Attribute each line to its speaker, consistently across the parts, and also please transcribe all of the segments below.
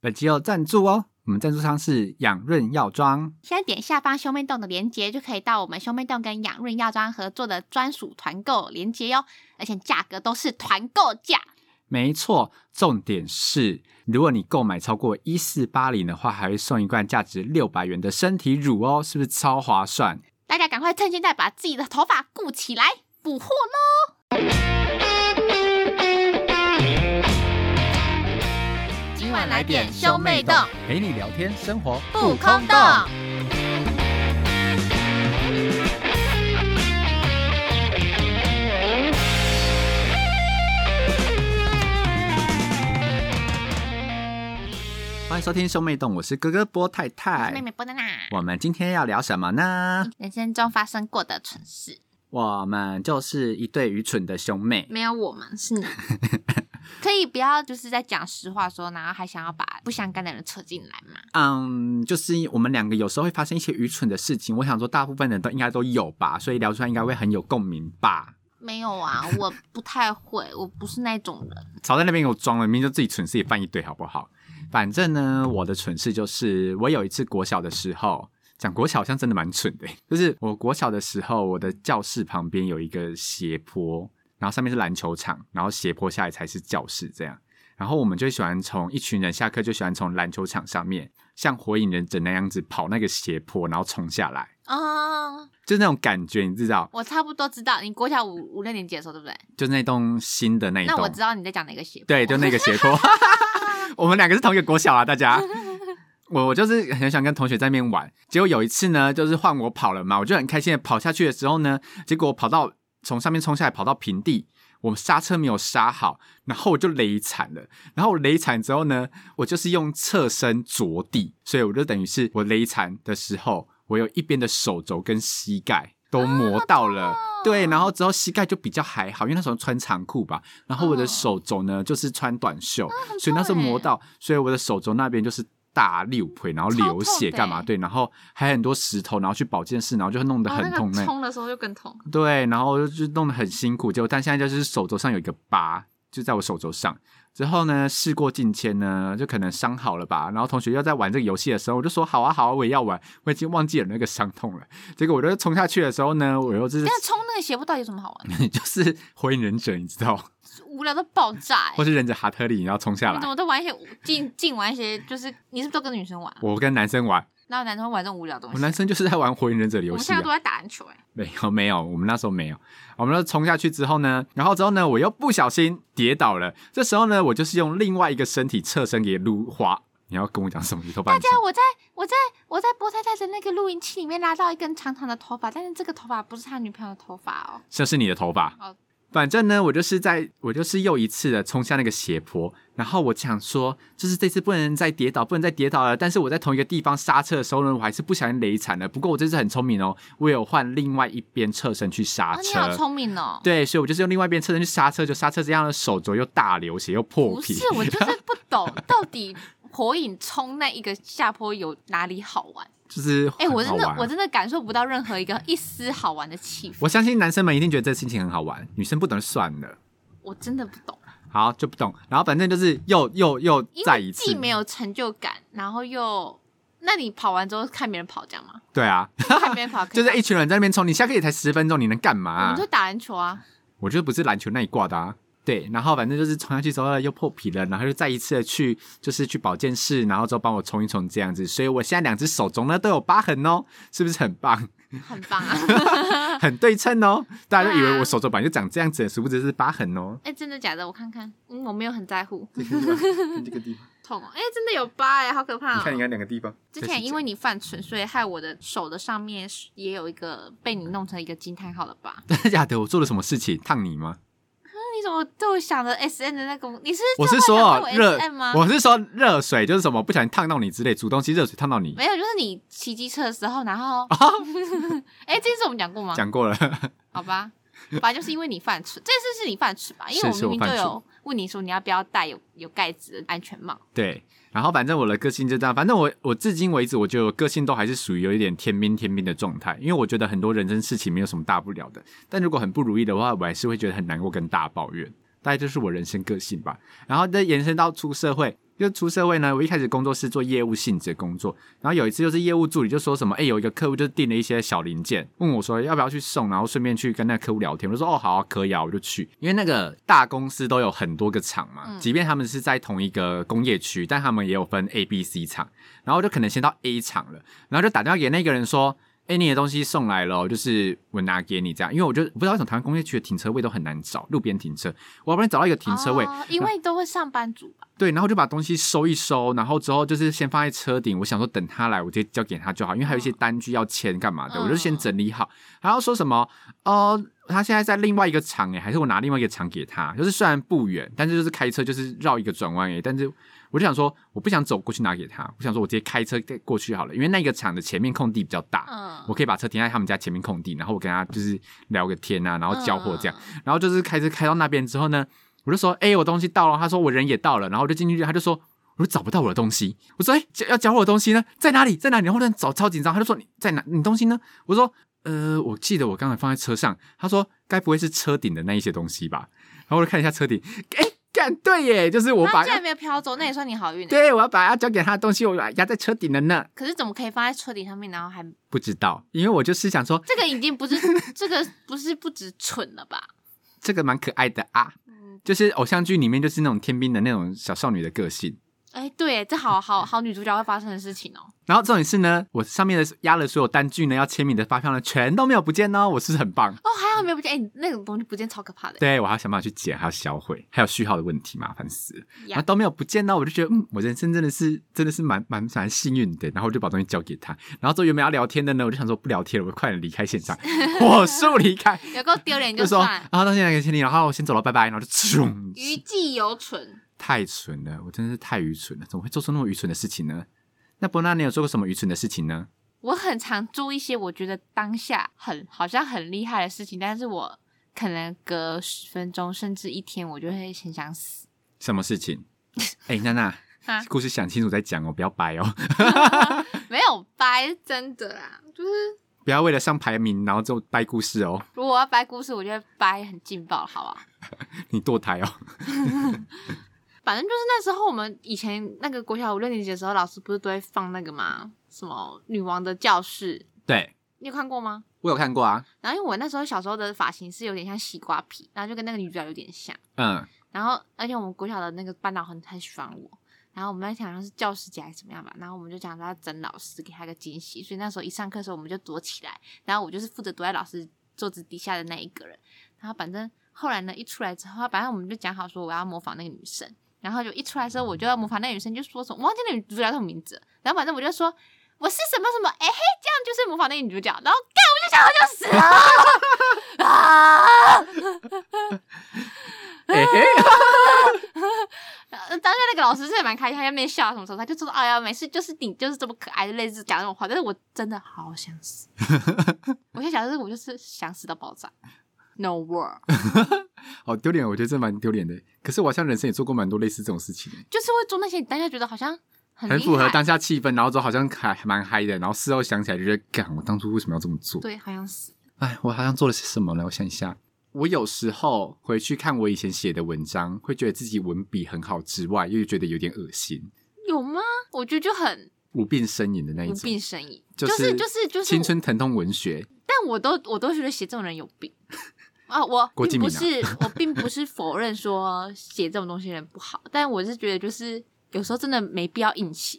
Speaker 1: 本集有赞助哦，我们赞助商是养润药妆。
Speaker 2: 现在点下方兄妹洞的链接，就可以到我们兄妹洞跟养润药妆合作的专属团购链接哟，而且价格都是团购价。
Speaker 1: 没错，重点是，如果你购买超过一四八零的话，还会送一罐价值六百元的身体乳哦，是不是超划算？
Speaker 2: 大家赶快趁现在把自己的头发顾起来，补货喽！今晚来点兄妹洞，
Speaker 1: 陪你聊天，生活
Speaker 2: 不空洞。
Speaker 1: 欢迎收听兄妹洞，我是哥哥波太
Speaker 2: 我是妹
Speaker 1: 太。
Speaker 2: 妹波娜娜，
Speaker 1: 我们今天要聊什么呢？
Speaker 2: 人生中发生过的蠢事，
Speaker 1: 我们就是一对愚蠢的兄妹。
Speaker 2: 没有我们是你。可以不要就是在讲实话说，然后还想要把不相干的人扯进来嘛？
Speaker 1: 嗯，就是我们两个有时候会发生一些愚蠢的事情，我想说大部分人都应该都有吧，所以聊出来应该会很有共鸣吧。
Speaker 2: 没有啊，我不太会，我不是那种人。
Speaker 1: 吵在那边给我装了，明明就自己蠢事也犯一堆，好不好？反正呢，我的蠢事就是我有一次国小的时候，讲国小好像真的蛮蠢的，就是我国小的时候，我的教室旁边有一个斜坡，然后上面是篮球场，然后斜坡下来才是教室这样。然后我们就喜欢从一群人下课就喜欢从篮球场上面像火影忍者那样子跑那个斜坡，然后冲下来，
Speaker 2: 嗯，
Speaker 1: 就是那种感觉，你知道？
Speaker 2: 我差不多知道你国小五五六年级的时候，对不对？
Speaker 1: 就是那栋新的那一
Speaker 2: 那
Speaker 1: 栋，
Speaker 2: 我知道你在讲哪个斜坡。哦
Speaker 1: 对，就那个斜坡。 我们两个是同一个国小啊，大家。我我就是很想跟同学在那边玩，结果有一次呢，就是换我跑了嘛，我就很开心的跑下去的时候呢，结果我跑到从上面冲下来，跑到平地，我刹车没有刹好，然后我就雷惨了。然后我雷惨之后呢，我就是用侧身着地，所以我就等于是我雷惨的时候，我有一边的手肘跟膝盖都磨到了，对，然后之后膝盖就比较还好，因为那时候穿长裤吧，然后我的
Speaker 2: 哦
Speaker 1: 手肘呢就是穿短袖，
Speaker 2: 很
Speaker 1: 所以那时候
Speaker 2: 痛欸
Speaker 1: 磨到，所以我的手肘那边就是大六腿，然后
Speaker 2: 超
Speaker 1: 流
Speaker 2: 痛
Speaker 1: 血
Speaker 2: 的
Speaker 1: 干嘛？
Speaker 2: 欸
Speaker 1: 对，然后还很多石头，然后去保健室，然后就弄得
Speaker 2: 哦
Speaker 1: 很痛
Speaker 2: 那
Speaker 1: 那
Speaker 2: 个冲的时候就更痛。
Speaker 1: 对，然后就就弄得很辛苦，结果但现在就是手肘上有一个疤，就在我手肘上。之后呢，事过境迁呢，就可能伤好了吧。然后同学要在玩这个游戏的时候，我就说好啊好啊，我也要玩。我已经忘记了那个伤痛了。结果我就冲下去的时候呢，我又就是
Speaker 2: 但是冲那个斜坡到底有什么 好玩？
Speaker 1: 就是火影忍者，你知道，
Speaker 2: 无聊到爆炸、欸！
Speaker 1: 或是忍者哈特利，你要冲下
Speaker 2: 你
Speaker 1: 来
Speaker 2: 怎。么都玩一些无尽尽玩一些，就是你是不是都跟女生玩啊？
Speaker 1: 我跟男生玩，
Speaker 2: 然后男生会玩这种无聊的
Speaker 1: 我们
Speaker 2: 东西。
Speaker 1: 男生就是在玩火影忍者的
Speaker 2: 我
Speaker 1: 游
Speaker 2: 们
Speaker 1: 戏、
Speaker 2: 现
Speaker 1: 啊
Speaker 2: 在都。在打篮球、欸，哎，
Speaker 1: 没有没有，我们那时候没有，我们就冲下去之后呢，然后之后呢，我又不小心跌倒了。这时候呢，我就是用另外一个身体侧身给撸滑。你要跟我讲什么？你都把
Speaker 2: 大
Speaker 1: 你
Speaker 2: 家我在我在我在波太太的那个录音器里面拉到一根长长的头发，但是这个头发不是他女朋友的头发哦。
Speaker 1: 这是你的头发
Speaker 2: 哦。
Speaker 1: 反正呢，我就是在我就是又一次的冲下那个斜坡，然后我想说，就是这次不能再跌倒，不能再跌倒了。但是我在同一个地方刹车的时候呢，我还是不小心雷惨了。不过我这次很聪明哦，我有换另外一边侧身去刹
Speaker 2: 啊，你
Speaker 1: 车。
Speaker 2: 好聪明哦！
Speaker 1: 对，所以我就是用另外一边侧身去刹车，就刹车这样的手肘又大流血又破
Speaker 2: 不
Speaker 1: 皮。
Speaker 2: 是，我 就是不懂到底火影冲那一个下坡有哪里好玩？
Speaker 1: 就是
Speaker 2: 哎、我
Speaker 1: 很
Speaker 2: 真
Speaker 1: 好
Speaker 2: 的、
Speaker 1: 玩啊
Speaker 2: 我真的感受不到任何一个一丝好玩的气氛，
Speaker 1: 我相信男生们一定觉得这事情很好玩，女生不懂就算了。
Speaker 2: 我真的不懂，
Speaker 1: 好，就不懂。然后反正就是又又又
Speaker 2: 因
Speaker 1: 再
Speaker 2: 为
Speaker 1: 一
Speaker 2: 既
Speaker 1: 次，
Speaker 2: 没有成就感，然后又。那你跑完之后看别人跑这样吗？
Speaker 1: 对啊，
Speaker 2: 看别人跑，
Speaker 1: 就
Speaker 2: 可以
Speaker 1: 是一群人在那边冲，你下课也才十分钟，你能干嘛、
Speaker 2: 看我们就打篮球啊，
Speaker 1: 我就不是篮球那一挂的啊。对，然后反正就是冲下去之后呢又破皮了，然后就再一次的去就是去保健室，然后之后帮我冲一冲这样子，所以我现在两只手中呢都有疤痕哦，是不是很棒？
Speaker 2: 很棒啊！
Speaker 1: 很对称哦，大家都以
Speaker 2: 对
Speaker 1: 为
Speaker 2: 啊
Speaker 1: 我手肘本来就长这样子，殊不知是疤痕哦。
Speaker 2: 哎、真的假的？我看看，嗯，我没有很在乎，
Speaker 1: 这个地方，这个地方，
Speaker 2: 痛哦。哎、真的有疤哎、好可怕哦！
Speaker 1: 你看，你看两个地方。
Speaker 2: 之前因为你犯蠢，所以害我的手的上面是也有一个被你弄成一个惊叹号的疤。
Speaker 1: 真的假的？我做了什么事情烫你吗？
Speaker 2: 你怎么对我想的 S N 的那个？你是
Speaker 1: 我是
Speaker 2: 这样
Speaker 1: 说啊
Speaker 2: 会想到我
Speaker 1: 热
Speaker 2: 啊 S N 吗，？
Speaker 1: 我是说热水就是什么不小心烫到你之类，煮东西热水烫到你，
Speaker 2: 没有，就是你骑机车的时候，然后
Speaker 1: 啊，
Speaker 2: 哎、这次我们讲过吗？
Speaker 1: 讲过了。
Speaker 2: 好吧，反正就是因为你犯蠢，这次是你犯蠢吧？因
Speaker 1: 是
Speaker 2: 为我
Speaker 1: 是我
Speaker 2: 明明
Speaker 1: 犯
Speaker 2: 就有问你说你要不要戴有有盖子的安全帽，
Speaker 1: 对，然后反正我的个性就这样，反正我我至今为止，我觉得我个性都还是属于有一点天兵天兵的状态，因为我觉得很多人生事情没有什么大不了的，但如果很不如意的话，我还是会觉得很难过跟大家抱怨。大概就是我人生个性吧。然后再延伸到出社会，就出社会呢，我一开始工作是做业务性质的工作，然后有一次就是业务助理就说什么，哎、有一个客户就订了一些小零件，问我说要不要去送，然后顺便去跟那个客户聊天，我就说哦好啊、可以啊，我就去，因为那个大公司都有很多个厂嘛，
Speaker 2: 嗯
Speaker 1: 即便他们是在同一个工业区，但他们也有分 A、B、C 厂，然后就可能先到 A 厂了，然后就打电话给那个人说。哎、你的东西送来了哦，就是我拿给你这样，因为我就我不知道为什么台湾工业区的停车位都很难找，路边停车，我要不然找到一个停车位，
Speaker 2: 哦因为都会上班族吧。
Speaker 1: 对，然后就把东西收一收，然后之后就是先放在车顶。我想说等他来，我直接交给他就好，因为还有一
Speaker 2: 嗯
Speaker 1: 些单据要签干嘛的，我就先整理好。然后说什么哦、他现在在另外一个厂欸诶，还是我拿另外一个厂给他？就是虽然不远，但是就是开车就是绕一个转弯诶。欸但是我就想说，我不想走过去拿给他，我想说我直接开车过去好了，因为那个厂的前面空地比较大，
Speaker 2: 嗯，
Speaker 1: 我可以把车停在他们家前面空地，然后我跟他就是聊个天啊，然后交货这样。
Speaker 2: 嗯。
Speaker 1: 然后就是开车开到那边之后呢，我就说：“哎、我东西到了。”他说：“我人也到了。”然后我就进去，他就说：“我就找不到我的东西。”我说：“哎、交要交我的东西呢，在哪里？在哪里？”然后我就找超紧张，他就说：“你在哪？你东西呢？”我说：“呃，我记得我刚才放在车上。”他说：“该不会是车顶的那一些东西吧？”然后我就看一下车顶，哎、干对耶，就是我
Speaker 2: 他
Speaker 1: 把
Speaker 2: 居然没有飘走，那也算你好运欸。
Speaker 1: 对我要把要交给他的东西，我把它压在车顶了呢。
Speaker 2: 可是怎么可以放在车顶上面，然后还
Speaker 1: 不知道，因为我就是想说
Speaker 2: 这个已经 不是这个不是不止蠢了吧？
Speaker 1: 这个蛮可爱的啊，
Speaker 2: 嗯，
Speaker 1: 就是偶像剧里面就是那种天兵的那种小少女的个性。
Speaker 2: 哎，对，这好好好女主角会发生的事情哦。
Speaker 1: 然后重点是呢，我上面的压了所有单据呢，要签名的发票呢，全都没有不见呢，我是不是很棒？
Speaker 2: 哦，还好没有不见，哎，那种东西不见超可怕的。
Speaker 1: 对我还要想办法去捡，还要销毁，还有序号的问题，麻烦死了。然
Speaker 2: 呀
Speaker 1: 后都没有不见呢，我就觉得，嗯，我人生真的是真的是蛮蛮蛮幸运的。然后我就把东西交给他，然后之后原本要聊天的呢，我就想说不聊天了，我快点离开现 场，火速离开，
Speaker 2: 有够丢脸
Speaker 1: 就
Speaker 2: 就
Speaker 1: 说，
Speaker 2: 算
Speaker 1: 然
Speaker 2: 了，
Speaker 1: 后到现在给签名，然后我先走了，拜拜，然后就冲，
Speaker 2: 余悸犹存。
Speaker 1: 太蠢了，我真的是太愚蠢了，怎么会做出那么愚蠢的事情呢？那伯纳，你有做过什么愚蠢的事情呢？
Speaker 2: 我很常做一些我觉得当下很好像很厉害的事情，但是我可能隔十分钟甚至一天，我就会很想死。
Speaker 1: 什么事 情？哎、娜娜
Speaker 2: 啊，
Speaker 1: 故事想清楚再讲哦，不要掰哦，
Speaker 2: 没有掰，是真的啦，就是
Speaker 1: 不要为了上排名然后就掰故事哦，
Speaker 2: 如果我要掰故事，我就会掰很劲爆，好不好？
Speaker 1: 你堕胎哦。
Speaker 2: 反正就是那时候我们以前那个国小五六年级的时候，老师不是都会放那个吗？什么女王的教室，
Speaker 1: 对，
Speaker 2: 你有看过吗？
Speaker 1: 我有看过啊，
Speaker 2: 然后因为我那时候小时候的发型是有点像西瓜皮，然后就跟那个女主角有点像。
Speaker 1: 嗯，
Speaker 2: 然后而且我们国小的那个班导很很喜欢我，然后我们在想像是教师节还是怎么样吧，然后我们就讲说要整老师给他一个惊喜，所以那时候一上课的时候我们就躲起来，然后我就是负责躲在老师桌子底下的那一个人，然后反正后来呢一出来之后，反正我们就讲好说我要模仿那个女生，然后就一出来的时候我就要模仿那个女生，就说什么我忘记那女主角什么名字了，然后反正我就说。我是什么什么？哎、嘿，这样就是模仿那个女主角，然后干，我就想我就死了 啊！
Speaker 1: 嘿嘿，
Speaker 2: 呃，当下那个老师是也蛮开心，他在那边笑什么什么，他就说：“哎呀，没事，就是你就是这么可爱，就类似讲那种话。”但是我真的好想 死，我现在想的是我就是想死到爆炸，no word，
Speaker 1: 好丢脸，我觉得这蛮丢脸的。可是我好像人生也做过蛮多类似这种事情的，
Speaker 2: 就是会做那些你当下觉得好像很
Speaker 1: 很
Speaker 2: 厉
Speaker 1: 符合
Speaker 2: 害
Speaker 1: 当下气氛，然后之后好像还还蛮嗨的，然后事后想起来就觉得，干，我当初为什么要这么做？
Speaker 2: 对，好像是
Speaker 1: 哎，我好像做了些什么呢？我想一下，我有时候回去看我以前写的文章，会觉得自己文笔很好之外，又觉得有点恶心，
Speaker 2: 有吗？我觉得就很
Speaker 1: 无病呻吟的那一
Speaker 2: 无
Speaker 1: 种。
Speaker 2: 病呻吟，
Speaker 1: 就
Speaker 2: 就是是就是就是
Speaker 1: 青春疼痛文学，
Speaker 2: 我，但我都我都觉得写这种人有病。啊，我
Speaker 1: 郭
Speaker 2: 并
Speaker 1: 敬
Speaker 2: 不
Speaker 1: 明啊
Speaker 2: 是、我并不是否认说写这种东西的人不好，但我是觉得就是有时候真的没必要硬写。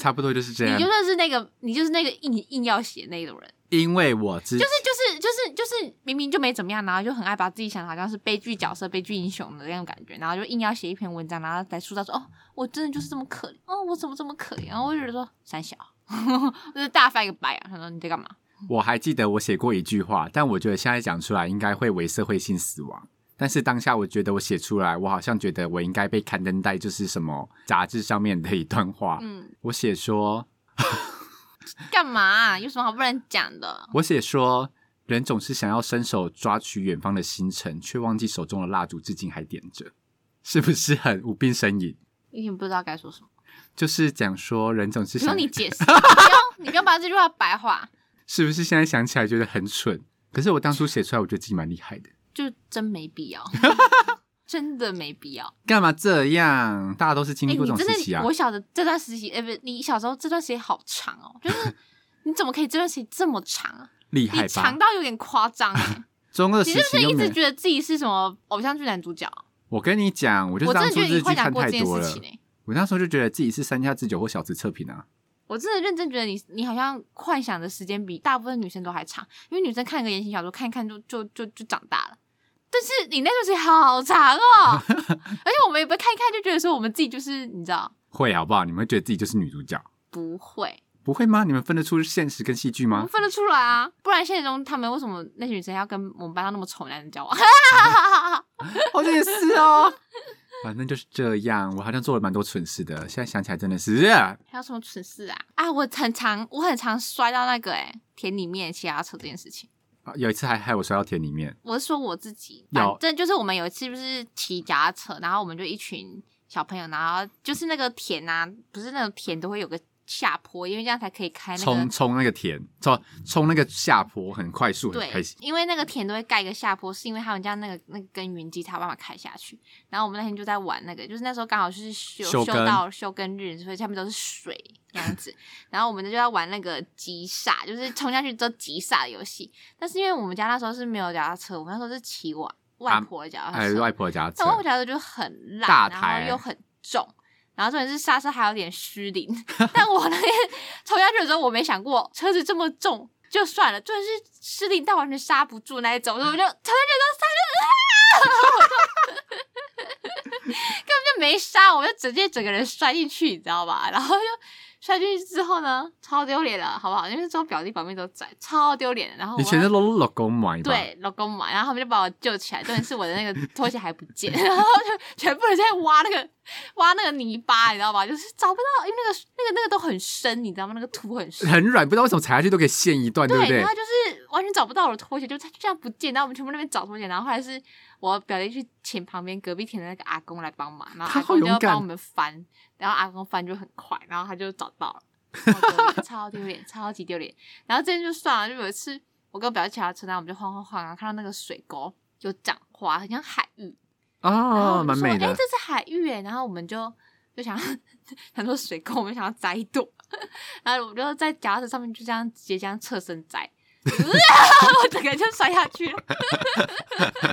Speaker 1: 差不多就是这样
Speaker 2: 你就。算是那个，你就是那个硬硬要写那种人，
Speaker 1: 因为我知
Speaker 2: 就是就是就是就是明明就没怎么样，然后就很爱把自己想的好像是悲剧角色、悲剧英雄的那种感觉，然后就硬要写一篇文章，然后来塑造说哦，我真的就是这么可怜，哦，我怎么这么可怜？然后我就觉得说三小， 我就是大翻一个白眼、啊，他说你在干嘛？
Speaker 1: 我还记得我写过一句话，但我觉得现在讲出来应该会为社会性死亡。但是当下我觉得我写出来，我好像觉得我应该被刊登在就是什么杂志上面的一段话。
Speaker 2: 嗯，
Speaker 1: 我写说，
Speaker 2: 干嘛啊、有什么好不能讲的？
Speaker 1: 我写说，人总是想要伸手抓取远方的星辰，却忘记手中的蜡烛至今还点着，是不是很无病呻吟？
Speaker 2: 有点不知道该说什么，
Speaker 1: 就是讲说，人总是
Speaker 2: 不
Speaker 1: 想
Speaker 2: 用你解释，你不用你不用把这句话白话，
Speaker 1: 是不是现在想起来觉得很蠢？可是我当初写出来，我觉得自己蛮厉害的。
Speaker 2: 就真没必要， 真的没必要。
Speaker 1: 干嘛这样？大家都是经
Speaker 2: 哎、
Speaker 1: 历过
Speaker 2: 你
Speaker 1: 这种
Speaker 2: 真
Speaker 1: 时期
Speaker 2: 的
Speaker 1: 啊，
Speaker 2: 国小的这段时期，哎、不，你小时候这段时间好长哦，就是 你怎么可以这段时间这么长啊？
Speaker 1: 厉害
Speaker 2: 你
Speaker 1: 吧
Speaker 2: 长？到有点夸张 哎！
Speaker 1: 中二
Speaker 2: 你
Speaker 1: 时
Speaker 2: 是不
Speaker 1: 期
Speaker 2: 是
Speaker 1: 又
Speaker 2: 一
Speaker 1: 没
Speaker 2: 直
Speaker 1: 有。
Speaker 2: 觉得自己是什么偶像剧男主角？
Speaker 1: 我跟你讲，我就是
Speaker 2: 我真
Speaker 1: 当
Speaker 2: 的
Speaker 1: 初
Speaker 2: 觉得你
Speaker 1: 日剧
Speaker 2: 幻想
Speaker 1: 看
Speaker 2: 过
Speaker 1: 太
Speaker 2: 这件
Speaker 1: 多
Speaker 2: 事
Speaker 1: 了
Speaker 2: 情。哎、
Speaker 1: 我那时候就觉得自己是三下智久或小资测评啊，
Speaker 2: 我真的认真觉得你，你好像幻想的时间比大部分女生都还长，因为女生看个言情小说看一看就就就就长大了，但是你那段时间好长哦， 而且我们也不会看一看就觉得说我们自己就是你知道
Speaker 1: 会好不好？你们会觉得自己就是女主角，
Speaker 2: 不会，
Speaker 1: 不会吗？你们分得出现实跟戏剧
Speaker 2: 我们
Speaker 1: 吗？
Speaker 2: 分得出来啊，不然现实中他们为什么那些女生要跟我们班上那么丑的男人交往？
Speaker 1: 好像也是哦。反正就是这样，我好像做了蛮多蠢事的，现在想起来真的是
Speaker 2: 还有什么蠢事啊？啊，我很常我很常摔到那个诶、田里面骑脚踏车这件事情。
Speaker 1: 啊有一次还害我摔到田里面，
Speaker 2: 我是说我自己，
Speaker 1: 有
Speaker 2: 反正就是我们有一次就是骑脚踏车，然后我们就一群小朋友，然后就是那个田啊，不是那种田都会有个下坡，因为这样才可以开那
Speaker 1: 冲
Speaker 2: 个。
Speaker 1: 冲那个田，冲冲那个下坡，很快速，很
Speaker 2: 对
Speaker 1: 开心，。
Speaker 2: 因为那个田都会盖一个下坡，是因为他们家那个那个耕耘机才有办法开下去。然后我们那天就在玩那个，就是那时候刚好是修
Speaker 1: 休耕
Speaker 2: 到休耕日，所以下面都是水这样子。然后我们就在玩那个急刹，就是冲下去之后急刹的游戏。但是因为我们家那时候是没有脚踏车，我们那时候是骑我外
Speaker 1: 啊
Speaker 2: 婆的脚踏车，
Speaker 1: 哎，外婆家车
Speaker 2: 但，我觉得就很烂，
Speaker 1: 大
Speaker 2: 然
Speaker 1: 台
Speaker 2: 后又很重，然后重点是刹车还有点失灵。 但我那天冲下去的时候，我没想过车子这么重，就算了，重点是失灵到完全刹不住 那一种，所以我就冲下去的时候刹就，啊我就 根本就没刹，我就直接整个人摔进去，你知道吧？然后就。摔进去之后呢，超丢脸的，好不好？因为之后表弟表妹都在，超丢脸的。然后我
Speaker 1: 你全
Speaker 2: 要
Speaker 1: 是老老公啊买吧？，
Speaker 2: 啊对，老公嘛，然后他们就把我救起来，重点是我的那个拖鞋还不见，然后就全部人在挖那个挖那个泥巴，你知道吧？就是找不到，因为那个那个那个都很深，你知道吗？那个土很深。
Speaker 1: 很软，不知道为什么踩下去都可以陷一段，对不对
Speaker 2: 然？后就是完全找不到我的拖鞋，就它就这样不见。然后我们全部那边找拖鞋，然后后来是我表弟去请旁边隔壁田的那个阿公来帮忙，然后
Speaker 1: 他
Speaker 2: 阿
Speaker 1: 好
Speaker 2: 公就
Speaker 1: 勇
Speaker 2: 要帮
Speaker 1: 敢
Speaker 2: 我们翻，然后阿公翻就很快，然后他就找到了，超丢脸超丢脸，超级丢脸。然后这件就算了，就有一次我跟我表弟骑他车，然后我们就晃晃晃，啊然后看到那个水沟有长花，很像海芋，然后
Speaker 1: 哦，
Speaker 2: 我
Speaker 1: 蛮
Speaker 2: 们就说
Speaker 1: 美
Speaker 2: 哎、
Speaker 1: 的
Speaker 2: 这。是海芋哎，然后我们就就想 想说水沟，我们想要摘一朵，然后我就在脚踏车上面就这样直接这样侧身摘。 我整个人就摔下去了，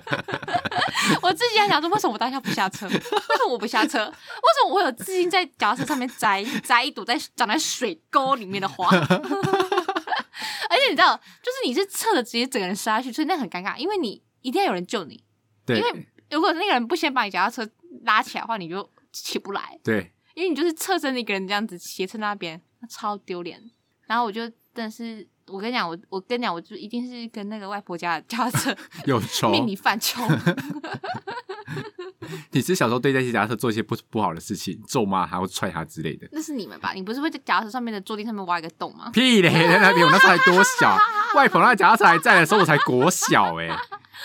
Speaker 2: 我自己还想说，为什么我当下不下车？为什么我不下车？为什么我有自信在脚踏车上面摘摘一朵在长在水沟里面的花？ 而且你知道，就是你是侧着直接整个人摔下去，所以那很尴尬，因为你一定要有人救你，
Speaker 1: 对
Speaker 2: 因为如果那个人不先把你脚踏车拉起来的话，你就起不来，
Speaker 1: 对，
Speaker 2: 因为你就是侧身一个人这样子斜侧那边，超丢脸。然后我就真的是，我跟你讲，我我跟你讲，我就一定是跟那个外婆家的脚踏 车
Speaker 1: 有仇。
Speaker 2: 命里犯冲。
Speaker 1: 你是小时候对这些家车做一些不不好的事情，咒骂他或踹他之 类的？
Speaker 2: 那是你们吧？你不是会在脚踏车上面的坐垫上面挖一个洞吗？
Speaker 1: 屁嘞，在那边我那时候还多小，外婆那个脚踏车还在的时候，我才国小哎、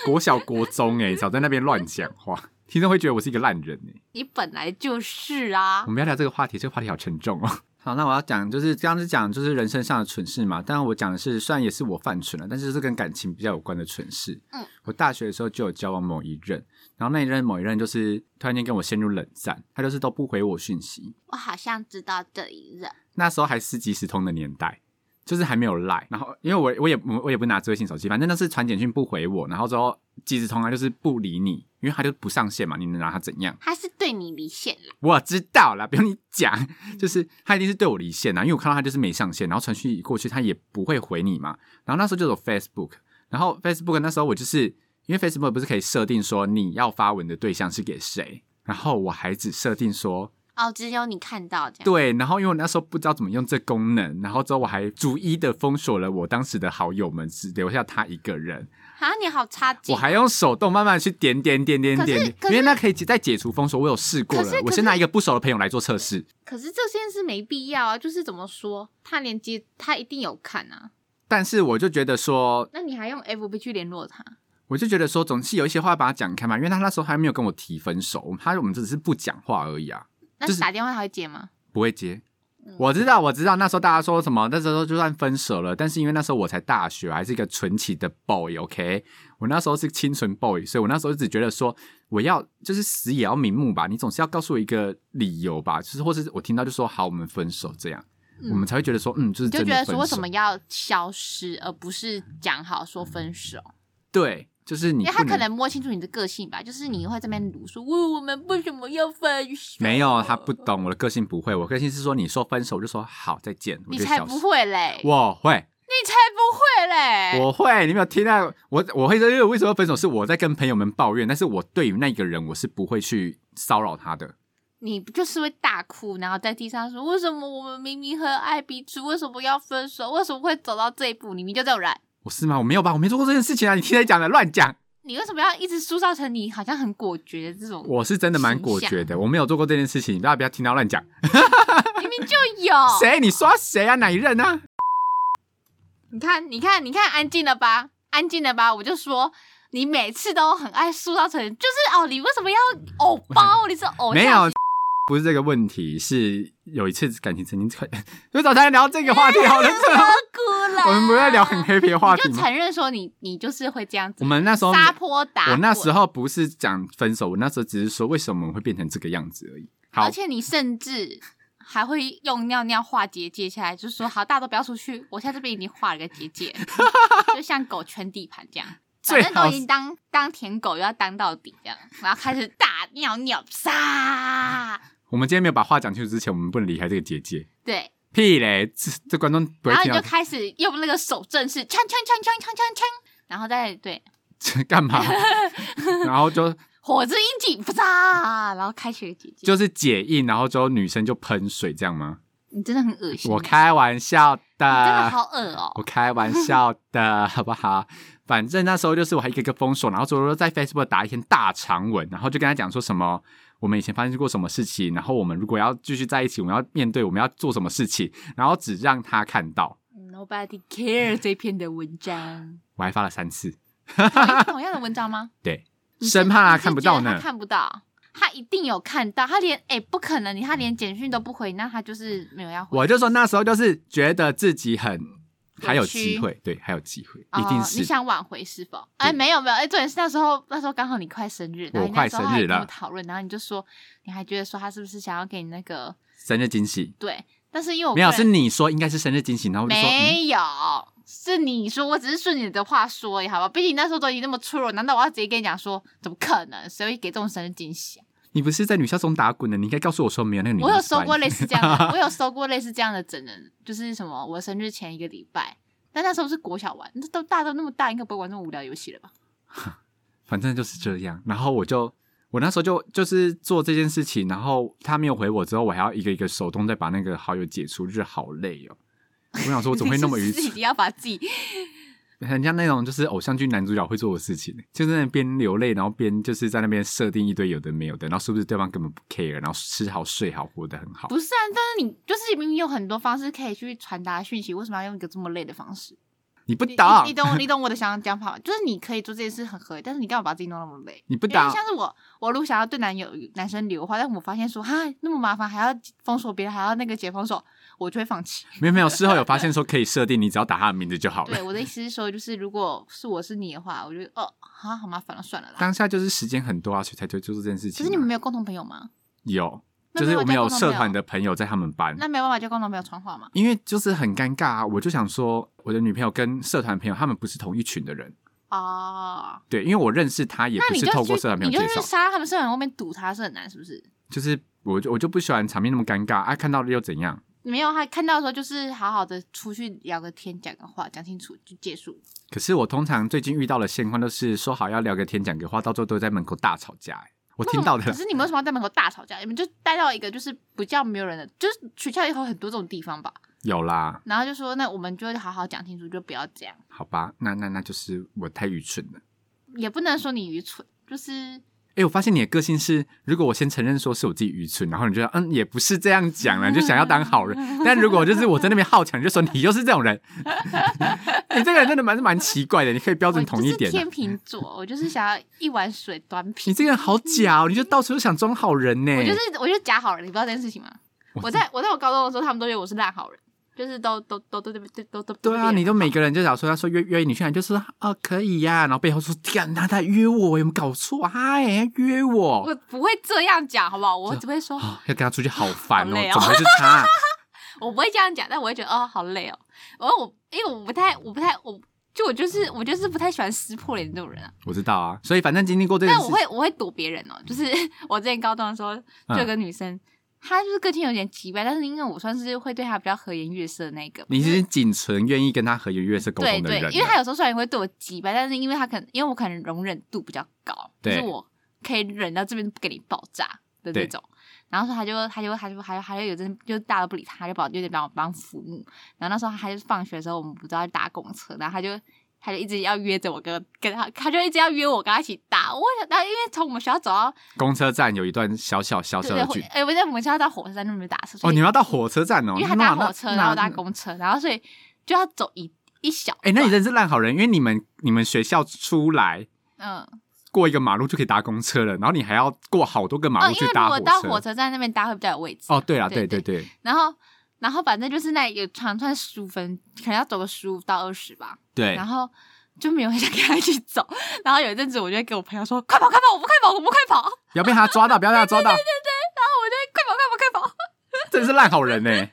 Speaker 1: 国小国中哎、少在那边乱讲话，听众会觉得我是一个烂人哎、
Speaker 2: 你本来就是啊
Speaker 1: 我。们要聊这个话题，这个话题好沉重哦。 好，那我要讲就是刚刚是讲就是人生上的蠢事嘛，当然我讲的是虽然也是我犯蠢了，但是是跟感情比较有关的蠢事。
Speaker 2: 嗯，
Speaker 1: 我大学的时候就有交往某一任，然后那一任某一任就是突然间跟我陷入冷战，他就是都不回我讯息，
Speaker 2: 我好像知道这一任，
Speaker 1: 那时候还是即时通的年代，就是还没有赖。然后因为我我也我我也不拿智慧型手机，反正那是传简讯不回我，然后之后即时通啊就是不理你，因为他就不上线嘛，你能拿他怎样？
Speaker 2: 他是对你离线了。
Speaker 1: 我知道啦，不用你讲，就是他一定是对我离线啊啦，因为我看到他就是没上线，然后传讯过去他也不会回你嘛。然后那时候就有 Facebook，然后 Facebook 那时候我就是因为 Facebook 不是可以设定说你要发文的对象是给谁，然后我还只设定说
Speaker 2: 哦，只有你看到这样。
Speaker 1: 对，然后因为我那时候不知道怎么用这功能，然后之后我还逐一的封锁了我当时的好友们，只留下他一个人。
Speaker 2: 啊，你好差劲
Speaker 1: 我。还用手动慢慢去点点点点
Speaker 2: 可是
Speaker 1: 点，
Speaker 2: 可
Speaker 1: 因为
Speaker 2: 是
Speaker 1: 那可以再解除封锁，我有试过
Speaker 2: 可是
Speaker 1: 了。我
Speaker 2: 可
Speaker 1: 先拿
Speaker 2: 是
Speaker 1: 一个不熟的朋友来做测试，
Speaker 2: 可是这件事没必要啊，就是怎么说，他连接他一定有看啊，
Speaker 1: 但是我就觉得说，
Speaker 2: 那你还用 FB 去联络他？
Speaker 1: 我就觉得说，总是有一些话把它讲开嘛，因为他那时候还没有跟我提分手，他我们只是不讲话而已啊，
Speaker 2: 那
Speaker 1: 就是
Speaker 2: 打电话他会接吗？
Speaker 1: 不会接。
Speaker 2: 嗯
Speaker 1: 我知道，我知道，那时候大家说什么？那时候就算分手了，但是因为那时候我才大学，还是一个纯情的 boy，OK？、我那时候是清纯 boy，所以我那时候只觉得说，我要就是死也要瞑目吧，你总是要告诉我一个理由吧，就是或是我听到就说好，我们分手这样，我们才会觉得说，嗯，就是
Speaker 2: 你就
Speaker 1: 真
Speaker 2: 觉
Speaker 1: 的分
Speaker 2: 得
Speaker 1: 手。
Speaker 2: 说为什么要消失，而不是讲好说分手？
Speaker 1: 对，就是你
Speaker 2: 因为
Speaker 1: 不
Speaker 2: 他可能摸清楚你的个性吧，就是你会这边鲁说，我我们为什么要分手？
Speaker 1: 没有他不，懂我的个性，不会，我个性是说你说分手我就说好再见，我
Speaker 2: 你
Speaker 1: 就
Speaker 2: 才
Speaker 1: 消
Speaker 2: 不
Speaker 1: 失。
Speaker 2: 会嘞，
Speaker 1: 我会，
Speaker 2: 你才不会嘞，
Speaker 1: 我会，你没有听到我，我会因为为什么分手是我在跟朋友们抱怨，但是我对于那个人我是不会去骚扰他的。
Speaker 2: 你不就是会大哭，然后在地上说为什么我们明明很爱彼此，为什么要分手？为什么会走到这一步？你明明就这种人，
Speaker 1: 我是吗？我没有吧，我没做过这件事情啊！你听谁讲的？乱讲！
Speaker 2: 你为什么要一直塑造成你好像很果决的这种？
Speaker 1: 我是真的蛮果决的，我没有做过这件事情，大家不要听到乱讲。
Speaker 2: 明明就有，
Speaker 1: 谁？你说谁啊？哪一任啊？
Speaker 2: 你看，你看，你看，安静了吧？安静了吧？我就说，你每次都很爱塑造成，就是哦，你为什么要偶包？你是偶像
Speaker 1: 没有，不是这个问题，是有一次感情曾经， 就找他聊这个话题好了，是吗
Speaker 2: 哭了。
Speaker 1: 我们不在聊很 happy 的话题
Speaker 2: 你就
Speaker 1: 吗？
Speaker 2: 承认说你你就是会这样子，
Speaker 1: 我们那时候
Speaker 2: 撒泼打滚。
Speaker 1: 我那时候不是讲分手，我那时候只是说为什么我们会变成这个样子而已。好
Speaker 2: 而，且你甚至还会用尿尿化结界下来，就是说好，大家都不要出去，我现在这边已经画了个结 界，就像狗圈地盘这样。反
Speaker 1: 最
Speaker 2: 正都
Speaker 1: 好
Speaker 2: 已经当当舔狗，又要当到底这样，然后开始大尿尿撒，
Speaker 1: 我们今天没有把话讲清楚之前，我们不能离开这个结界。
Speaker 2: 对，
Speaker 1: 屁嘞，这这观众不会
Speaker 2: 然后你
Speaker 1: 听
Speaker 2: 就
Speaker 1: 到
Speaker 2: 开始用那个手正式，锵锵锵锵锵锵锵，然后再对
Speaker 1: 这 干 嘛？然后就
Speaker 2: 火之音紧撒，然后开启了结界。
Speaker 1: 就是解印，然后之后女生就喷水这样 吗？
Speaker 2: 你真的很恶心，欸
Speaker 1: 我开玩笑
Speaker 2: 你真的
Speaker 1: 的，
Speaker 2: 好恶哦、
Speaker 1: 我开玩笑的，好不好？ 反正那时候就是我还一个一个封锁，然后左左在 Facebook 打一篇大长文，然后就跟他讲说什么我们以前发生过什么事情，然后我们如果要继续在一起，我们要面对我们要做什么事情，然后只让他看到。
Speaker 2: Nobody care 这篇的文章。
Speaker 1: 我还发了三次，
Speaker 2: 同一同样的文章吗？
Speaker 1: 对，
Speaker 2: 你是
Speaker 1: 生怕他
Speaker 2: 你是
Speaker 1: 看不到
Speaker 2: 觉得他
Speaker 1: 呢。
Speaker 2: 看不到，他一定有看到，他连哎、不可能，你他连简讯都不回，那他就是没有要回。
Speaker 1: 我就说那时候就是觉得自己很还有
Speaker 2: 屈
Speaker 1: 机会，对，还有机会，
Speaker 2: 哦
Speaker 1: 一定是
Speaker 2: 你想挽回是否？
Speaker 1: 对
Speaker 2: 哎，没有没有，哎，重点是那时候那时候刚好你快生日，然后
Speaker 1: 我
Speaker 2: 你那
Speaker 1: 快
Speaker 2: 时候
Speaker 1: 生
Speaker 2: 还
Speaker 1: 日
Speaker 2: 跟我
Speaker 1: 了
Speaker 2: 讨论，然后你就说你还觉得说他是不是想要给你那个
Speaker 1: 生日惊喜。
Speaker 2: 哦对，但是因为我
Speaker 1: 没有，
Speaker 2: 个
Speaker 1: 是
Speaker 2: 人
Speaker 1: 你说应该是生日惊喜，然后我就说、嗯、
Speaker 2: 没有。是你说，我只是顺你的话说而已，好吧？毕竟那时候都已经那么脆弱，难道我要直接跟你讲说，怎么可能？谁会给这种生日惊喜啊？
Speaker 1: 你不是在女校中打滚的，你应该告诉我说没有那个女。
Speaker 2: 我有收过类似这样 的，我有收过类似这样的整人，就是什么我生日前一个礼拜，但那时候是国小玩，那都大家都那么大，应该不会玩这么无聊的游戏了吧？
Speaker 1: 反正就是这样。然后我就我那时候就就是做这件事情，然后他没有回我之后，我还要一个一个手动再把那个好友解除，就是好累哦。我想说，我怎么会那么 愚
Speaker 2: 你是
Speaker 1: 蠢
Speaker 2: 自？己要把自己
Speaker 1: 很像那种就是偶像剧男主角会做的事情，就是那边流泪，然后边就是在那边设定一堆有的没有的，然后是不是对方根本不 care，然后吃好睡好活得很好。
Speaker 2: 不是啊？但是你就是明明有很多方式可以去传达讯息，为什么要用一个这么累的方式？
Speaker 1: 你不
Speaker 2: 你
Speaker 1: 懂，
Speaker 2: 你你懂你懂我的想讲法吗？就是你可以做这件事很合理，但是你干嘛把自己弄那么累？
Speaker 1: 你不
Speaker 2: 因为
Speaker 1: 懂，
Speaker 2: 像是我，我如果想要对男友男生留话，但我发现说哈那么麻烦，还要封锁别人，还要那个解封锁，我就会放弃。
Speaker 1: 没有没有，事后有发现说可以设定，你只要打他的名字就好了
Speaker 2: 对，。我的意思是说，就是如果是我是你的话，我就哦，啊，好麻烦了，算了啦。
Speaker 1: 当下就是时间很多啊，所以才就做这件事
Speaker 2: 可
Speaker 1: 情啊、
Speaker 2: 是你们没有共同朋友吗？
Speaker 1: 有，
Speaker 2: 那
Speaker 1: 就是我们
Speaker 2: 没有
Speaker 1: 有
Speaker 2: 交共
Speaker 1: 社
Speaker 2: 同朋友
Speaker 1: 团的朋友在他们班，
Speaker 2: 那没有办法叫共同朋友传话吗？
Speaker 1: 因为就是很尴尬啊。我就想说，我的女朋友跟社团朋友他们不是同一群的人，
Speaker 2: 哦，
Speaker 1: 对，因为我认识她也
Speaker 2: 那
Speaker 1: 不
Speaker 2: 你
Speaker 1: 是
Speaker 2: 就
Speaker 1: 透
Speaker 2: 去
Speaker 1: 过社团朋
Speaker 2: 你
Speaker 1: 友
Speaker 2: 就
Speaker 1: 介
Speaker 2: 去
Speaker 1: 绍，
Speaker 2: 杀他们社团后面堵他是很难，是不是？
Speaker 1: 就是我就我就不喜欢场面那么尴尬啊，看到了又怎样？
Speaker 2: 没有，他看到的时候就是好好的出去聊个天，讲个话，讲清楚就结束。
Speaker 1: 可是我通常最近遇到的现况都是说好要聊个天讲个话，到最后都在门口大吵架、欸我听到的
Speaker 2: 可是你们为什么要在门口大吵架？你们就待到一个就是比较没有人的，就是学校以后很多这种地方吧。
Speaker 1: 有啦，
Speaker 2: 然后就说那我们就好好讲清楚，就不要这样。
Speaker 1: 好吧，那那那就是我太愚蠢了。
Speaker 2: 也不能说你愚蠢，就是
Speaker 1: 哎、我发现你的个性是，如果我先承认说是我自己愚蠢，然后你觉得嗯也不是这样讲了，你就想要当好人。但如果就是我在那边好强，你就说你就是这种人， 你这个人真的蛮是蛮奇怪的。你可以标
Speaker 2: 我
Speaker 1: 准统一
Speaker 2: 就是
Speaker 1: 点啊、
Speaker 2: 天秤座，我就是想要一碗水端
Speaker 1: 你
Speaker 2: 平。
Speaker 1: 这个人好假哦，你就到处都想装好人呢、
Speaker 2: 我就是我就是假好人，你不知道这件事情吗？我在我在我高中的时候，他们都觉得我是烂好人，就是都都都都都都都
Speaker 1: 对啊，你都每个人就想说，他说约约你去哪，就说哦可以呀、然后背后说干他在约我，有没有搞错啊？哎，他约我，
Speaker 2: 我不会这样讲，好不好？我只会说，
Speaker 1: 哦要跟他出去好烦哦，
Speaker 2: 好累哦
Speaker 1: 怎么会是他？
Speaker 2: 我不会这样讲，但我会觉得哦，好累哦。然后我因为我不太，我不太，我就我就是我就是不太喜欢撕破脸这种人啊。
Speaker 1: 我知道啊，所以反正经历过这个
Speaker 2: 但
Speaker 1: 事
Speaker 2: 我会我会躲别人哦，就是 我之前高中的时候，就
Speaker 1: 嗯
Speaker 2: 有个女生，她就是个性有点急掰，但是因为我算是会对她比较和颜悦色的那个。
Speaker 1: 你是仅存愿意跟他和颜悦色沟
Speaker 2: 对
Speaker 1: 通的
Speaker 2: 对
Speaker 1: 人啊了，，
Speaker 2: 因为她有时候虽然也会对我急掰，但是因为她可能因为我可能容忍度比较高，就
Speaker 1: 对
Speaker 2: 是我可以忍到这边不给你爆炸的那
Speaker 1: 对
Speaker 2: 种。然后说她就她就她就她就她就有阵就大家都不理她，她就把我有点把我帮服务。然后那时候她就放学的时候，我们不知道搭公车，然后她就她就一直要约着我跟跟她，她就一直要约我跟她一起搭。我想，她因为从我们学校走到
Speaker 1: 公车站有一段小小小小
Speaker 2: 对
Speaker 1: 的
Speaker 2: 对，
Speaker 1: 距离
Speaker 2: 哎、我在我们家到火车站那边打车，
Speaker 1: 哦，
Speaker 2: 所以
Speaker 1: 你们要到火车站哦，
Speaker 2: 因为他
Speaker 1: 那
Speaker 2: 搭
Speaker 1: 那
Speaker 2: 火车，
Speaker 1: 那
Speaker 2: 然后搭公车，然后所以就要走一一小
Speaker 1: 哎、那你
Speaker 2: 段
Speaker 1: 真是烂好人，因为你们你们学校出来
Speaker 2: 嗯
Speaker 1: 过一个马路就可以搭公车了，然后你还要过好多个马
Speaker 2: 哦，
Speaker 1: 路
Speaker 2: 因
Speaker 1: 去
Speaker 2: 为如
Speaker 1: 搭
Speaker 2: 果
Speaker 1: 车。
Speaker 2: 到火车站那边搭会比较有位置，
Speaker 1: 哦，对啦，
Speaker 2: 对
Speaker 1: 对对对，
Speaker 2: 然后然后反正就是那有长串十五分，可能要走个十五到二十吧，
Speaker 1: 对
Speaker 2: 然后就没有人 想跟他一起走，然后有一阵子我就会跟我朋友说快跑快跑，我们快跑我们快跑，然
Speaker 1: 不
Speaker 2: 后
Speaker 1: 要被他抓到，不要被他抓 到，
Speaker 2: 我就会快跑快跑快跑，
Speaker 1: 真是烂好人欸呢、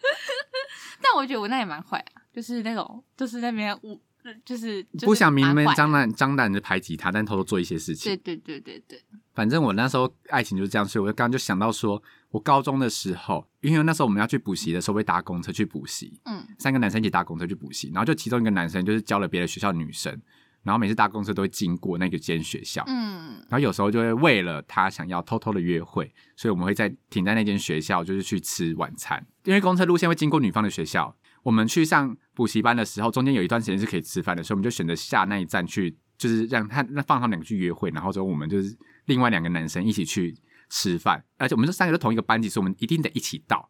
Speaker 2: 但我觉得我那也蛮坏啊，就是那种就是那边我就是、就是、
Speaker 1: 不想明目
Speaker 2: 蛮坏的
Speaker 1: 张胆张胆的排挤他，但偷偷做一些事情
Speaker 2: 对。对对对对。
Speaker 1: 反正我那时候爱情就是这样，所以我刚刚就想到说，我高中的时候，因为那时候我们要去补习的时候会搭公车去补习，
Speaker 2: 嗯，
Speaker 1: 三个男生一起搭公车去补习，然后就其中一个男生就是教了别的学校女生，然后每次搭公车都会经过那个间学校，
Speaker 2: 嗯，
Speaker 1: 然后有时候就会为了他想要偷偷的约会，所以我们会在停在那间学校，就是去吃晚餐。因为公车路线会经过女方的学校，我们去上补习班的时候，中间有一段时间是可以吃饭的，所以我们就选择下那一站去，就是让他那放他们两个去约会，然后之后我们就是另外两个男生一起去吃饭，而且我们这三个都同一个班级，所以我们一定得一起到，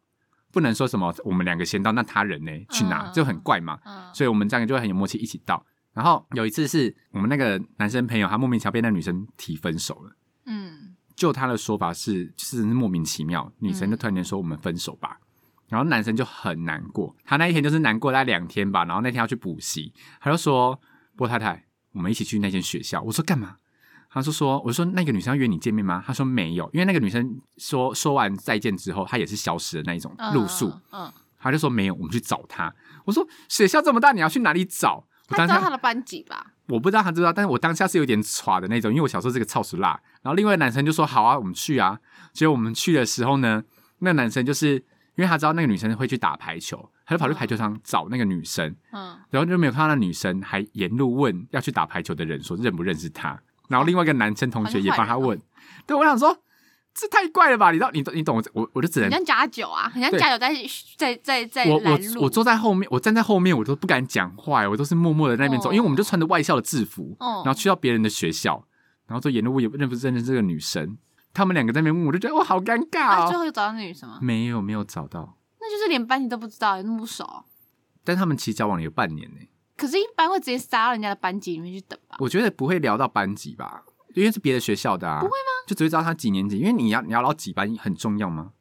Speaker 1: 不能说什么我们两个先到，那他人呢去哪，
Speaker 2: 嗯
Speaker 1: 就很怪嘛。
Speaker 2: 嗯
Speaker 1: 所以我们这样就会很有默契一起到。然后有一次是我们那个男生朋友，他莫名其妙被那女生提分手了。
Speaker 2: 嗯
Speaker 1: 就他的说法是，就是莫名其妙，女生就突然间说我们分手吧，然后男生就很难过。他那一天就是难过大概两天吧，然后那天要去补习，他就说：“波太太，我们一起去那间学校。”我说：“干嘛？”他就说：“我说那个女生要约你见面吗？”他说：“没有，因为那个女生说说完再见之后，她也是消失的那一种
Speaker 2: 嗯
Speaker 1: 露宿。
Speaker 2: 嗯，
Speaker 1: 他就说没有，我们去找他。我说学校这么大，你要去哪里找？我
Speaker 2: 他
Speaker 1: 当
Speaker 2: 知道他
Speaker 1: 下
Speaker 2: 的班级吧？
Speaker 1: 我不知道他知不知道，但是我当下是有点歘的那种，因为我小时候是个操死辣。然后另外一个男生就说好啊，我们去啊。结果我们去的时候呢，那男生就是因为他知道那个女生会去打排球，他就跑去排球场找那个女生，
Speaker 2: 嗯，
Speaker 1: 然后就没有看到那女生，还沿路问要去打排球的人说认不认识他。然后另外一个男生同学也帮
Speaker 2: 哦
Speaker 1: 他问，对我想说这太怪了吧？你知道你懂你懂我我我就只能
Speaker 2: 很像假酒啊，很像
Speaker 1: 对
Speaker 2: 假酒在在在在
Speaker 1: 我
Speaker 2: 拦
Speaker 1: 我
Speaker 2: 路。
Speaker 1: 我坐在后面，我站在后面，我都不敢讲话，我都是默默的在那边走，
Speaker 2: 哦
Speaker 1: 因为我们就穿着外校的制服，
Speaker 2: 哦
Speaker 1: 然后去到别人的学校，然后就沿路我也认不认识这个女生，他们两个在那边问，我就觉得哇，好尴
Speaker 2: 那
Speaker 1: 尬
Speaker 2: 啊最
Speaker 1: 哦。
Speaker 2: 后有找到那女生吗？
Speaker 1: 没有没有找到，
Speaker 2: 那就是连班级都不知道，也那么不熟。
Speaker 1: 但他们其实交往了有半年呢，
Speaker 2: 可是，一般会直接杀到人家的班级里面去等吧？
Speaker 1: 我觉得不会聊到班级吧，因为是别的学校的啊，不会吗？就只会知道他几年级，因为你要你要到几班很重要吗？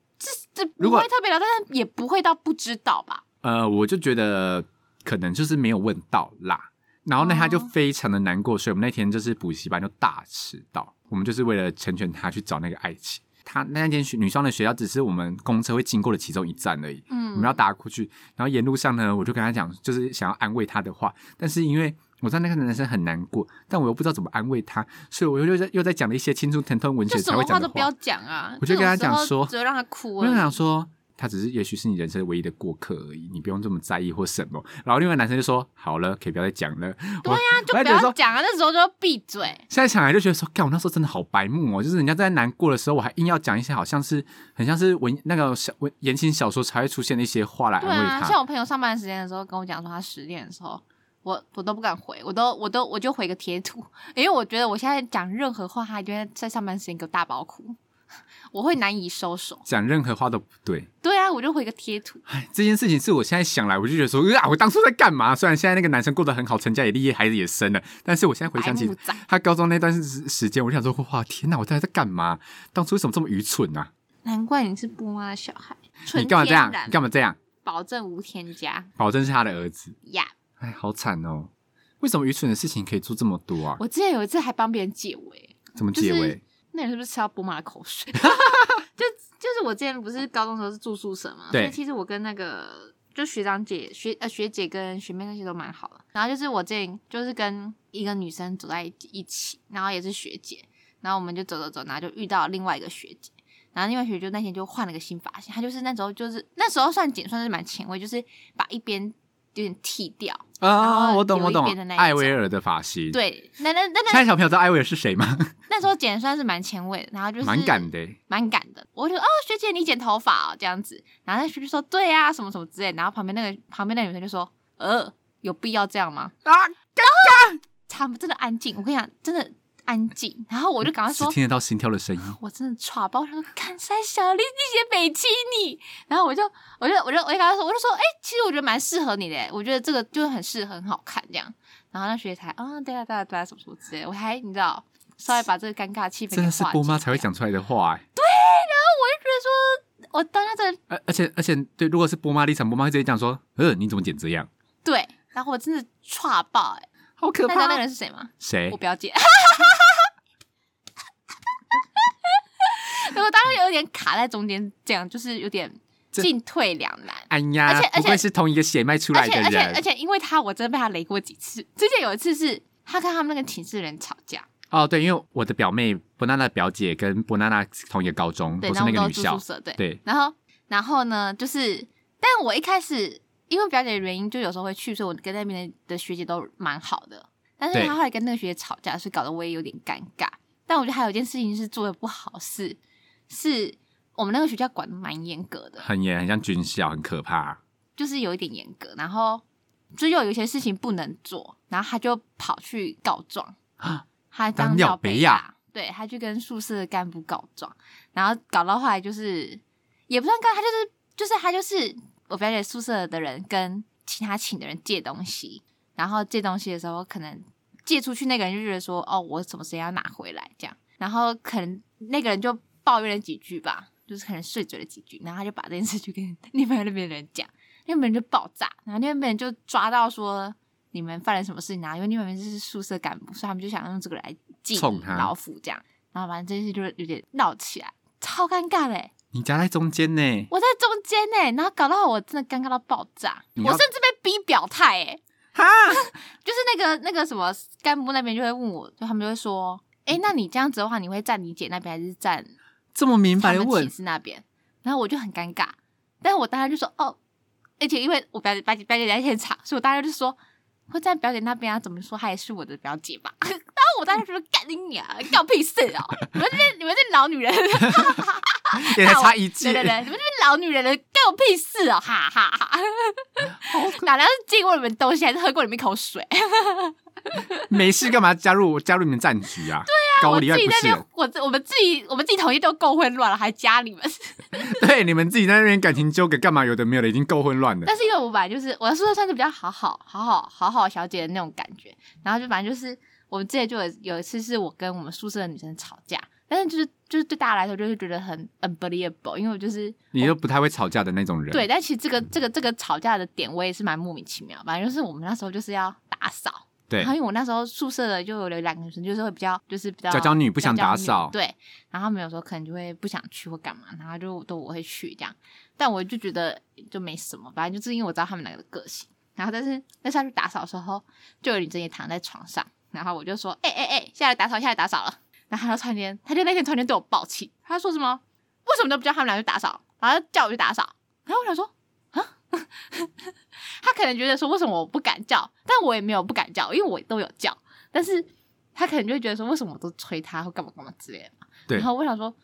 Speaker 2: 这
Speaker 1: 如
Speaker 2: 不
Speaker 1: 果
Speaker 2: 会特别聊，但是也不会到不知道吧？
Speaker 1: 呃，我就觉得可能就是没有问到啦。然后呢，
Speaker 2: 哦
Speaker 1: 他就非常的难过，所以我们那天就是补习班就大迟到。我们就是为了成全他去找那个爱情。他那间学女生的学校只是我们公车会经过的其中一站而已。
Speaker 2: 嗯，
Speaker 1: 我们要打过去，然后沿路上呢，我就跟他讲，就是想要安慰他的话，但是因为我知道那个男生很难过，但我又不知道怎么安慰他，所以我又又在又在讲了一些青春疼痛文学
Speaker 2: 就什
Speaker 1: 才会
Speaker 2: 么
Speaker 1: 讲
Speaker 2: 话
Speaker 1: 的
Speaker 2: 都不要讲啊！
Speaker 1: 我就跟他
Speaker 2: 这种时候
Speaker 1: 讲说
Speaker 2: 只会让他哭
Speaker 1: 我就
Speaker 2: 而
Speaker 1: 想
Speaker 2: 已。
Speaker 1: 说，他只是也许是你人生唯一的过客而已，你不用这么在意或什么。然后另外男生就说：“好了，可以不要再讲了。”
Speaker 2: 对啊呀、
Speaker 1: 我
Speaker 2: 就
Speaker 1: 我还
Speaker 2: 不
Speaker 1: 觉得
Speaker 2: 要
Speaker 1: 说，
Speaker 2: 讲啊！那时候就闭嘴。
Speaker 1: 现在想来就觉得说，干，我那时候真的好白目哦，就是人家在难过的时候，我还硬要讲一些好像是很像是文那个小文言情小说才会出现的一些话来安
Speaker 2: 对
Speaker 1: 慰
Speaker 2: 啊，
Speaker 1: 他。
Speaker 2: 像我朋友上班时间的时候跟我讲说他失恋的时候，我我都不敢回，我都我都我就回个贴图， 因为我觉得我现在讲任何话，他就会在上班时间给我大爆哭， 我会难以收手。
Speaker 1: 讲任何话都不对，
Speaker 2: 对啊，我就回个贴图，
Speaker 1: 哎，这件事情是我现在想来，我就觉得说，啊，我当初在干嘛？虽然现在那个男生过得很好，成家也立业，孩子也生了，但是我现在回
Speaker 2: 白
Speaker 1: 想起
Speaker 2: 目仔。
Speaker 1: 他高中那段时时间，我就想说，哇，天哪，我到底在干嘛？当初为什么这么愚蠢啊？
Speaker 2: 难怪你是波妈的小孩，纯
Speaker 1: 你干嘛这样
Speaker 2: 天？然
Speaker 1: 你干嘛这样？
Speaker 2: 保证无添加
Speaker 1: 保证是他的儿子。
Speaker 2: 呀。
Speaker 1: 哎，好惨哦！为什么愚蠢的事情可以做这么多啊？
Speaker 2: 我之前有一次还帮别人解围，
Speaker 1: 怎么结
Speaker 2: 就是
Speaker 1: 尾？
Speaker 2: 那你是不是吃到波马的口 水？就就是我之前不是高中的时候是住宿舍嘛，所
Speaker 1: 对
Speaker 2: 以其实我跟那个就学长姐、学呃学姐跟学妹那些都蛮好的。然后就是我之前就是跟一个女生走在一起，然后也是学姐，然后我们就走走走，然后就遇到另外一个学姐。然后另外一个学姐就那天就换了个新发型，她就是那时候就是那时候算简算是蛮前卫，就是把一边有点剃掉，然
Speaker 1: 啊，
Speaker 2: 后
Speaker 1: 我懂，
Speaker 2: 呃有
Speaker 1: 我
Speaker 2: 一
Speaker 1: 懂
Speaker 2: 边的那。一
Speaker 1: 艾薇
Speaker 2: 种
Speaker 1: 儿的发型。，
Speaker 2: 对，那那那
Speaker 1: 现
Speaker 2: 那
Speaker 1: 在小朋友知道艾薇儿是谁吗？
Speaker 2: 那时候剪得算是蛮前卫的，然后就 是
Speaker 1: 蛮敢的欸。
Speaker 2: 蛮赶的。我就哦，学姐你剪头发哦，这样子。然后那学姐说对啊，什么什么之类。然后旁边那个旁边那个女生就说，呃，有必要这样吗？
Speaker 1: 啊，
Speaker 2: 他们真的安静，我跟你讲，真的安静。然后我就赶快
Speaker 1: 只
Speaker 2: 说。
Speaker 1: 听得到心跳的声音。
Speaker 2: 我真的差爆，我想说看三小丽，你写北七你，然后我就我就我就我就跟他说，我就说，哎、其实我觉得蛮适合你的，我觉得这个就很适合，很好看这样。然后那学姐才，啊、对啊对啊对啊，什么什么之类的，我还你知道，稍微把这个啊尴尬气氛给
Speaker 1: 真的是
Speaker 2: 化
Speaker 1: 波
Speaker 2: 解
Speaker 1: 妈才会
Speaker 2: 掉
Speaker 1: 讲出来的话、欸，
Speaker 2: 我就觉得说，我当下真的
Speaker 1: 而而且而且对，如果是波妈立场，波妈会直接讲说：“呃，你怎么剪这样？
Speaker 2: 对，然后我真的差爆哎、
Speaker 1: 好可
Speaker 2: 那你知道那个
Speaker 1: 怕
Speaker 2: 人是谁吗？！”
Speaker 1: 谁
Speaker 2: 我？表姐。我当时有点卡在中间，这样就是有点
Speaker 1: 这
Speaker 2: 进退两难。
Speaker 1: 哎
Speaker 2: 而
Speaker 1: 呀
Speaker 2: 且，而且
Speaker 1: 不愧是同一个血脉出来
Speaker 2: 而
Speaker 1: 的
Speaker 2: 且而且而
Speaker 1: 人
Speaker 2: 且，因为他，我真的被他雷过几次。之前有一次是他跟他们那个寝室的人吵架，
Speaker 1: 哦。对，因为我的表妹波娜娜表姐跟波娜娜同一个高中，
Speaker 2: 对，
Speaker 1: 都
Speaker 2: 然
Speaker 1: 是那
Speaker 2: 后我们
Speaker 1: 个
Speaker 2: 都
Speaker 1: 女
Speaker 2: 住宿
Speaker 1: 校。
Speaker 2: 舍，对。
Speaker 1: 对，
Speaker 2: 然后然后呢，就是，但我一开始因为表姐的原因，就有时候会去，所以我跟那边的的学姐都蛮好的。但是
Speaker 1: 对
Speaker 2: 她后来跟那个学姐吵架，所以搞得我也有点尴尬。但我觉得还有一件事情是做的不好是是我们那个学校管的蛮严格的，
Speaker 1: 很严，很像军校，很可怕。
Speaker 2: 就是有一点严格，然后就又有一些事情不能做，然后他就跑去告状
Speaker 1: 啊，
Speaker 2: 他当
Speaker 1: 当
Speaker 2: 鸟
Speaker 1: 鸟
Speaker 2: 北
Speaker 1: 北亚
Speaker 2: 亚，对他去跟宿舍的干部告状，然后搞到后来就是也不算告，他就是就是他就是我表姐宿舍的人跟其他寝的人借东西，然后借东西的时候可能借出去那个人就觉得说哦我什么时间要拿回来这样，然后可能那个人就抱怨了几句吧。就是可能碎嘴了几句，然后他就把这件事去跟另外那边的人讲，那边就爆炸，然后那边就抓到说你们犯了什么事情啊？因为你们是宿舍干部，所以他们就想用这个来记
Speaker 1: 冲他
Speaker 2: 老虎这样。然后反正这件事就是有点闹起来，超尴尬嘞、
Speaker 1: 你夹在中间呢，
Speaker 2: 我在中间呢、欸然后搞到我真的尴尬到爆炸，
Speaker 1: 你
Speaker 2: 我
Speaker 1: 要
Speaker 2: 甚至被逼表态哎、
Speaker 1: 哈，
Speaker 2: 就是那个那个什么干部那边就会问我，就他们就会说，哎、那你这样子的话，你会站你姐那边还是站
Speaker 1: 这么明白的
Speaker 2: 他们
Speaker 1: 问
Speaker 2: 寝，室那边，然后我就很尴尬，但是我当时就说哦，而且因为我表姐表姐表姐在现场，所以我当时就说会在表姐那边啊，怎么说她也是我的表姐吧。然后我当时就说干你娘，干我屁事哦！你们这边你们这老女人，
Speaker 1: 也才差一句
Speaker 2: 对，对对，你们这边老女人的干我屁事哦，哈哈哈！
Speaker 1: 好可
Speaker 2: 哪来是见过你们东西，还是喝过你们一口水？
Speaker 1: 没事干嘛加入加入你们战局啊？对啊，搞
Speaker 2: 我
Speaker 1: 里
Speaker 2: 自
Speaker 1: 外
Speaker 2: 己
Speaker 1: 不
Speaker 2: 在那
Speaker 1: 是人
Speaker 2: 边，我自我们自己我们自己同意都够混乱了，还加你们。
Speaker 1: 对，你们自己在那边感情纠葛干嘛？有的没有的，已经够混乱了。
Speaker 2: 但是因为我本来就是我的宿舍算是比较好好好好好好小姐的那种感觉，然后就反正就是我们之前就有有一次是我跟我们宿舍的女生吵架，但是就是就是对大家来说就是觉得很 unbelievable，因为我就是
Speaker 1: 你又不太会吵架的那种人，
Speaker 2: 对，但其实这个这个这个吵架的点我也是蛮莫名其妙，反正就是我们那时候就是要打扫，
Speaker 1: 对
Speaker 2: 然后因为我那时候宿舍的就有两个女生，就是会比较就是比较
Speaker 1: 娇娇女不想
Speaker 2: 娇娇
Speaker 1: 打扫
Speaker 2: 女对，然后她们有时候可能就会不想去或干嘛，然后就都我会去这样，但我就觉得就没什么，反正就是因为我知道她们两个的个性，然后但是那下去打扫的时候，就有女生也躺在床上，然后我就说，哎哎哎，下来打扫，下来打扫了，然后她就突然间，她就那天突然间对我爆气，她说什么？为什么都不叫他们俩去打扫，然后叫我去打扫？然后我想说，啊 他可能觉得说，为什么我不敢叫？但我也没有不敢叫，因为我都有叫。但是他可能就会觉得说，为什么我都催他或干嘛干嘛之类的嘛。
Speaker 1: 对
Speaker 2: 然后我想说，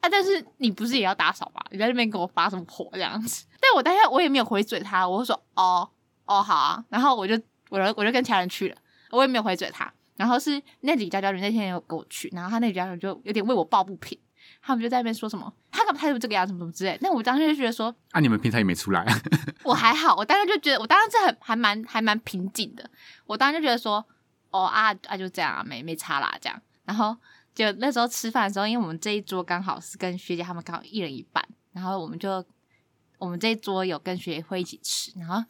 Speaker 2: 啊，但是你不是也要打扫吗？你在那边给我发什么火这样子？但我当下我也没有回嘴他，我就说，哦哦好啊。然后我就我就我就跟其他人去了，我也没有回嘴他。然后是那几个家教人那天有跟我去，然后他那几个家教人就有点为我抱不平，他们就在那边说什么他干嘛态度这个样子什么什么之类的。那我当时就觉得说，
Speaker 1: 啊，你们平常也没出来，
Speaker 2: 我还好，我当时就觉得，我当时是很还蛮还蛮平静的。我当时就觉得说，哦啊啊就这样啊，没没差啦这样。然后就那时候吃饭的时候，因为我们这一桌刚好是跟学姐他们刚好一人一半，然后我们就我们这一桌有跟学姐会一起吃，然后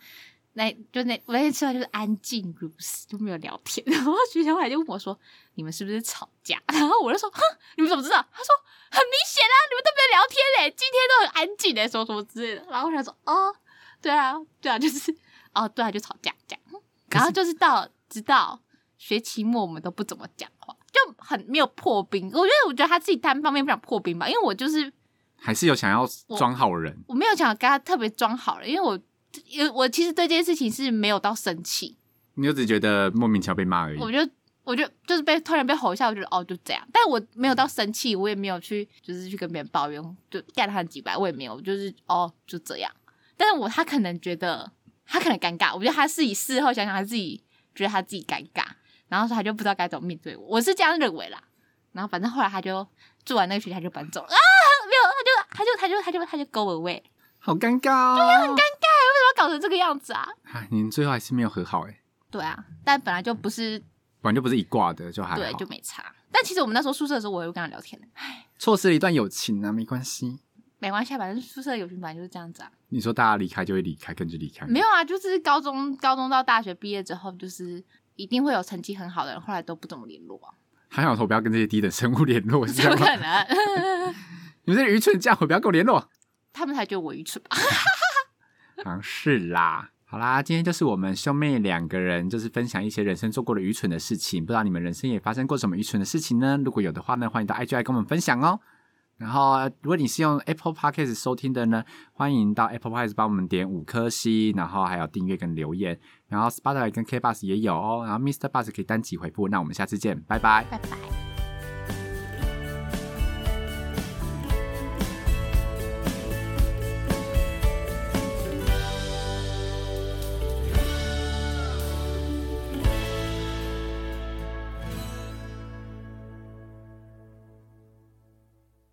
Speaker 2: 那就那我那天吃完就是安静如斯，就没有聊天。 然后学姐后来就问我说：“你们是不是吵架？” 然后我就说：“哼，你们怎么知道？”她说：“很明显啊，你们都没有聊天嘞、今天都很安静嘞、说什么之类的。”然后我想说：“哦，对啊，对啊，就是哦，对啊，就吵架这样。”然后就是到直到学期末，我们都不怎么讲话，就很没有破冰。我觉得，我觉得他自己单方面不想破冰吧，因为我就是
Speaker 1: 还是有想要
Speaker 2: 我
Speaker 1: 装好人，
Speaker 2: 我没有想跟他特别装好了，因为我因为我其实对这件事情是没有到生气，
Speaker 1: 你就只觉得莫名其妙被骂而已。
Speaker 2: 我就我就就是被突然被吼一下，我觉得哦就这样，但我没有到生气，我也没有去就是去跟别人抱怨，就干他几百，我也没有，我就是哦就这样。但是我他可能觉得他可能尴尬，我觉得他自己事后想想他自己觉得他自己尴尬，然后所以他就不知道该怎么面对我，我是这样认为啦。然后反正后来他就做完那个学期他就搬走了啊，没有，他就他就他就他就他就 go away。
Speaker 1: 好尴尬哦，
Speaker 2: 啊
Speaker 1: 对很尴
Speaker 2: 要搞成这个样子啊？
Speaker 1: 尬。你们最后还是没有和好哎、欸，
Speaker 2: 对啊，但本来就不是
Speaker 1: 本来就不是一挂的，就还好。
Speaker 2: 对，就没差。但其实我们那时候宿舍的时候，我也会跟他聊天的，
Speaker 1: 错失了一段友情啊，没关系。
Speaker 2: 没关系啊，反正宿舍友情本来就是这样子啊。
Speaker 1: 你说大家离开就会离开，跟着离开，
Speaker 2: 没有啊，就是高中高中到大学毕业之后，就是一定会有成绩很好的人，后来都不怎么联络啊，
Speaker 1: 还好我不要跟这些低等生物联络，是这
Speaker 2: 怎么
Speaker 1: 样吗
Speaker 2: 可？能？
Speaker 1: 你们这些愚蠢家伙，不要跟我联络。
Speaker 2: 他们才觉得我愚蠢吧？
Speaker 1: 好像是啦。好啦，今天就是我们兄妹两个人，就是分享一些人生做过的愚蠢的事情。不知道你们人生也发生过什么愚蠢的事情呢？如果有的话呢，欢迎到 IG 来跟我们分享哦。然后，如果你是用 Apple Podcast 收听的呢，欢迎到 Apple Podcast 帮我们点五颗星，然后还有订阅跟留言。然后 Spotify 跟 K Bus 也有哦，然后 Mr. Bus 可以单击回复。那我们下次见，拜拜。
Speaker 2: 拜拜。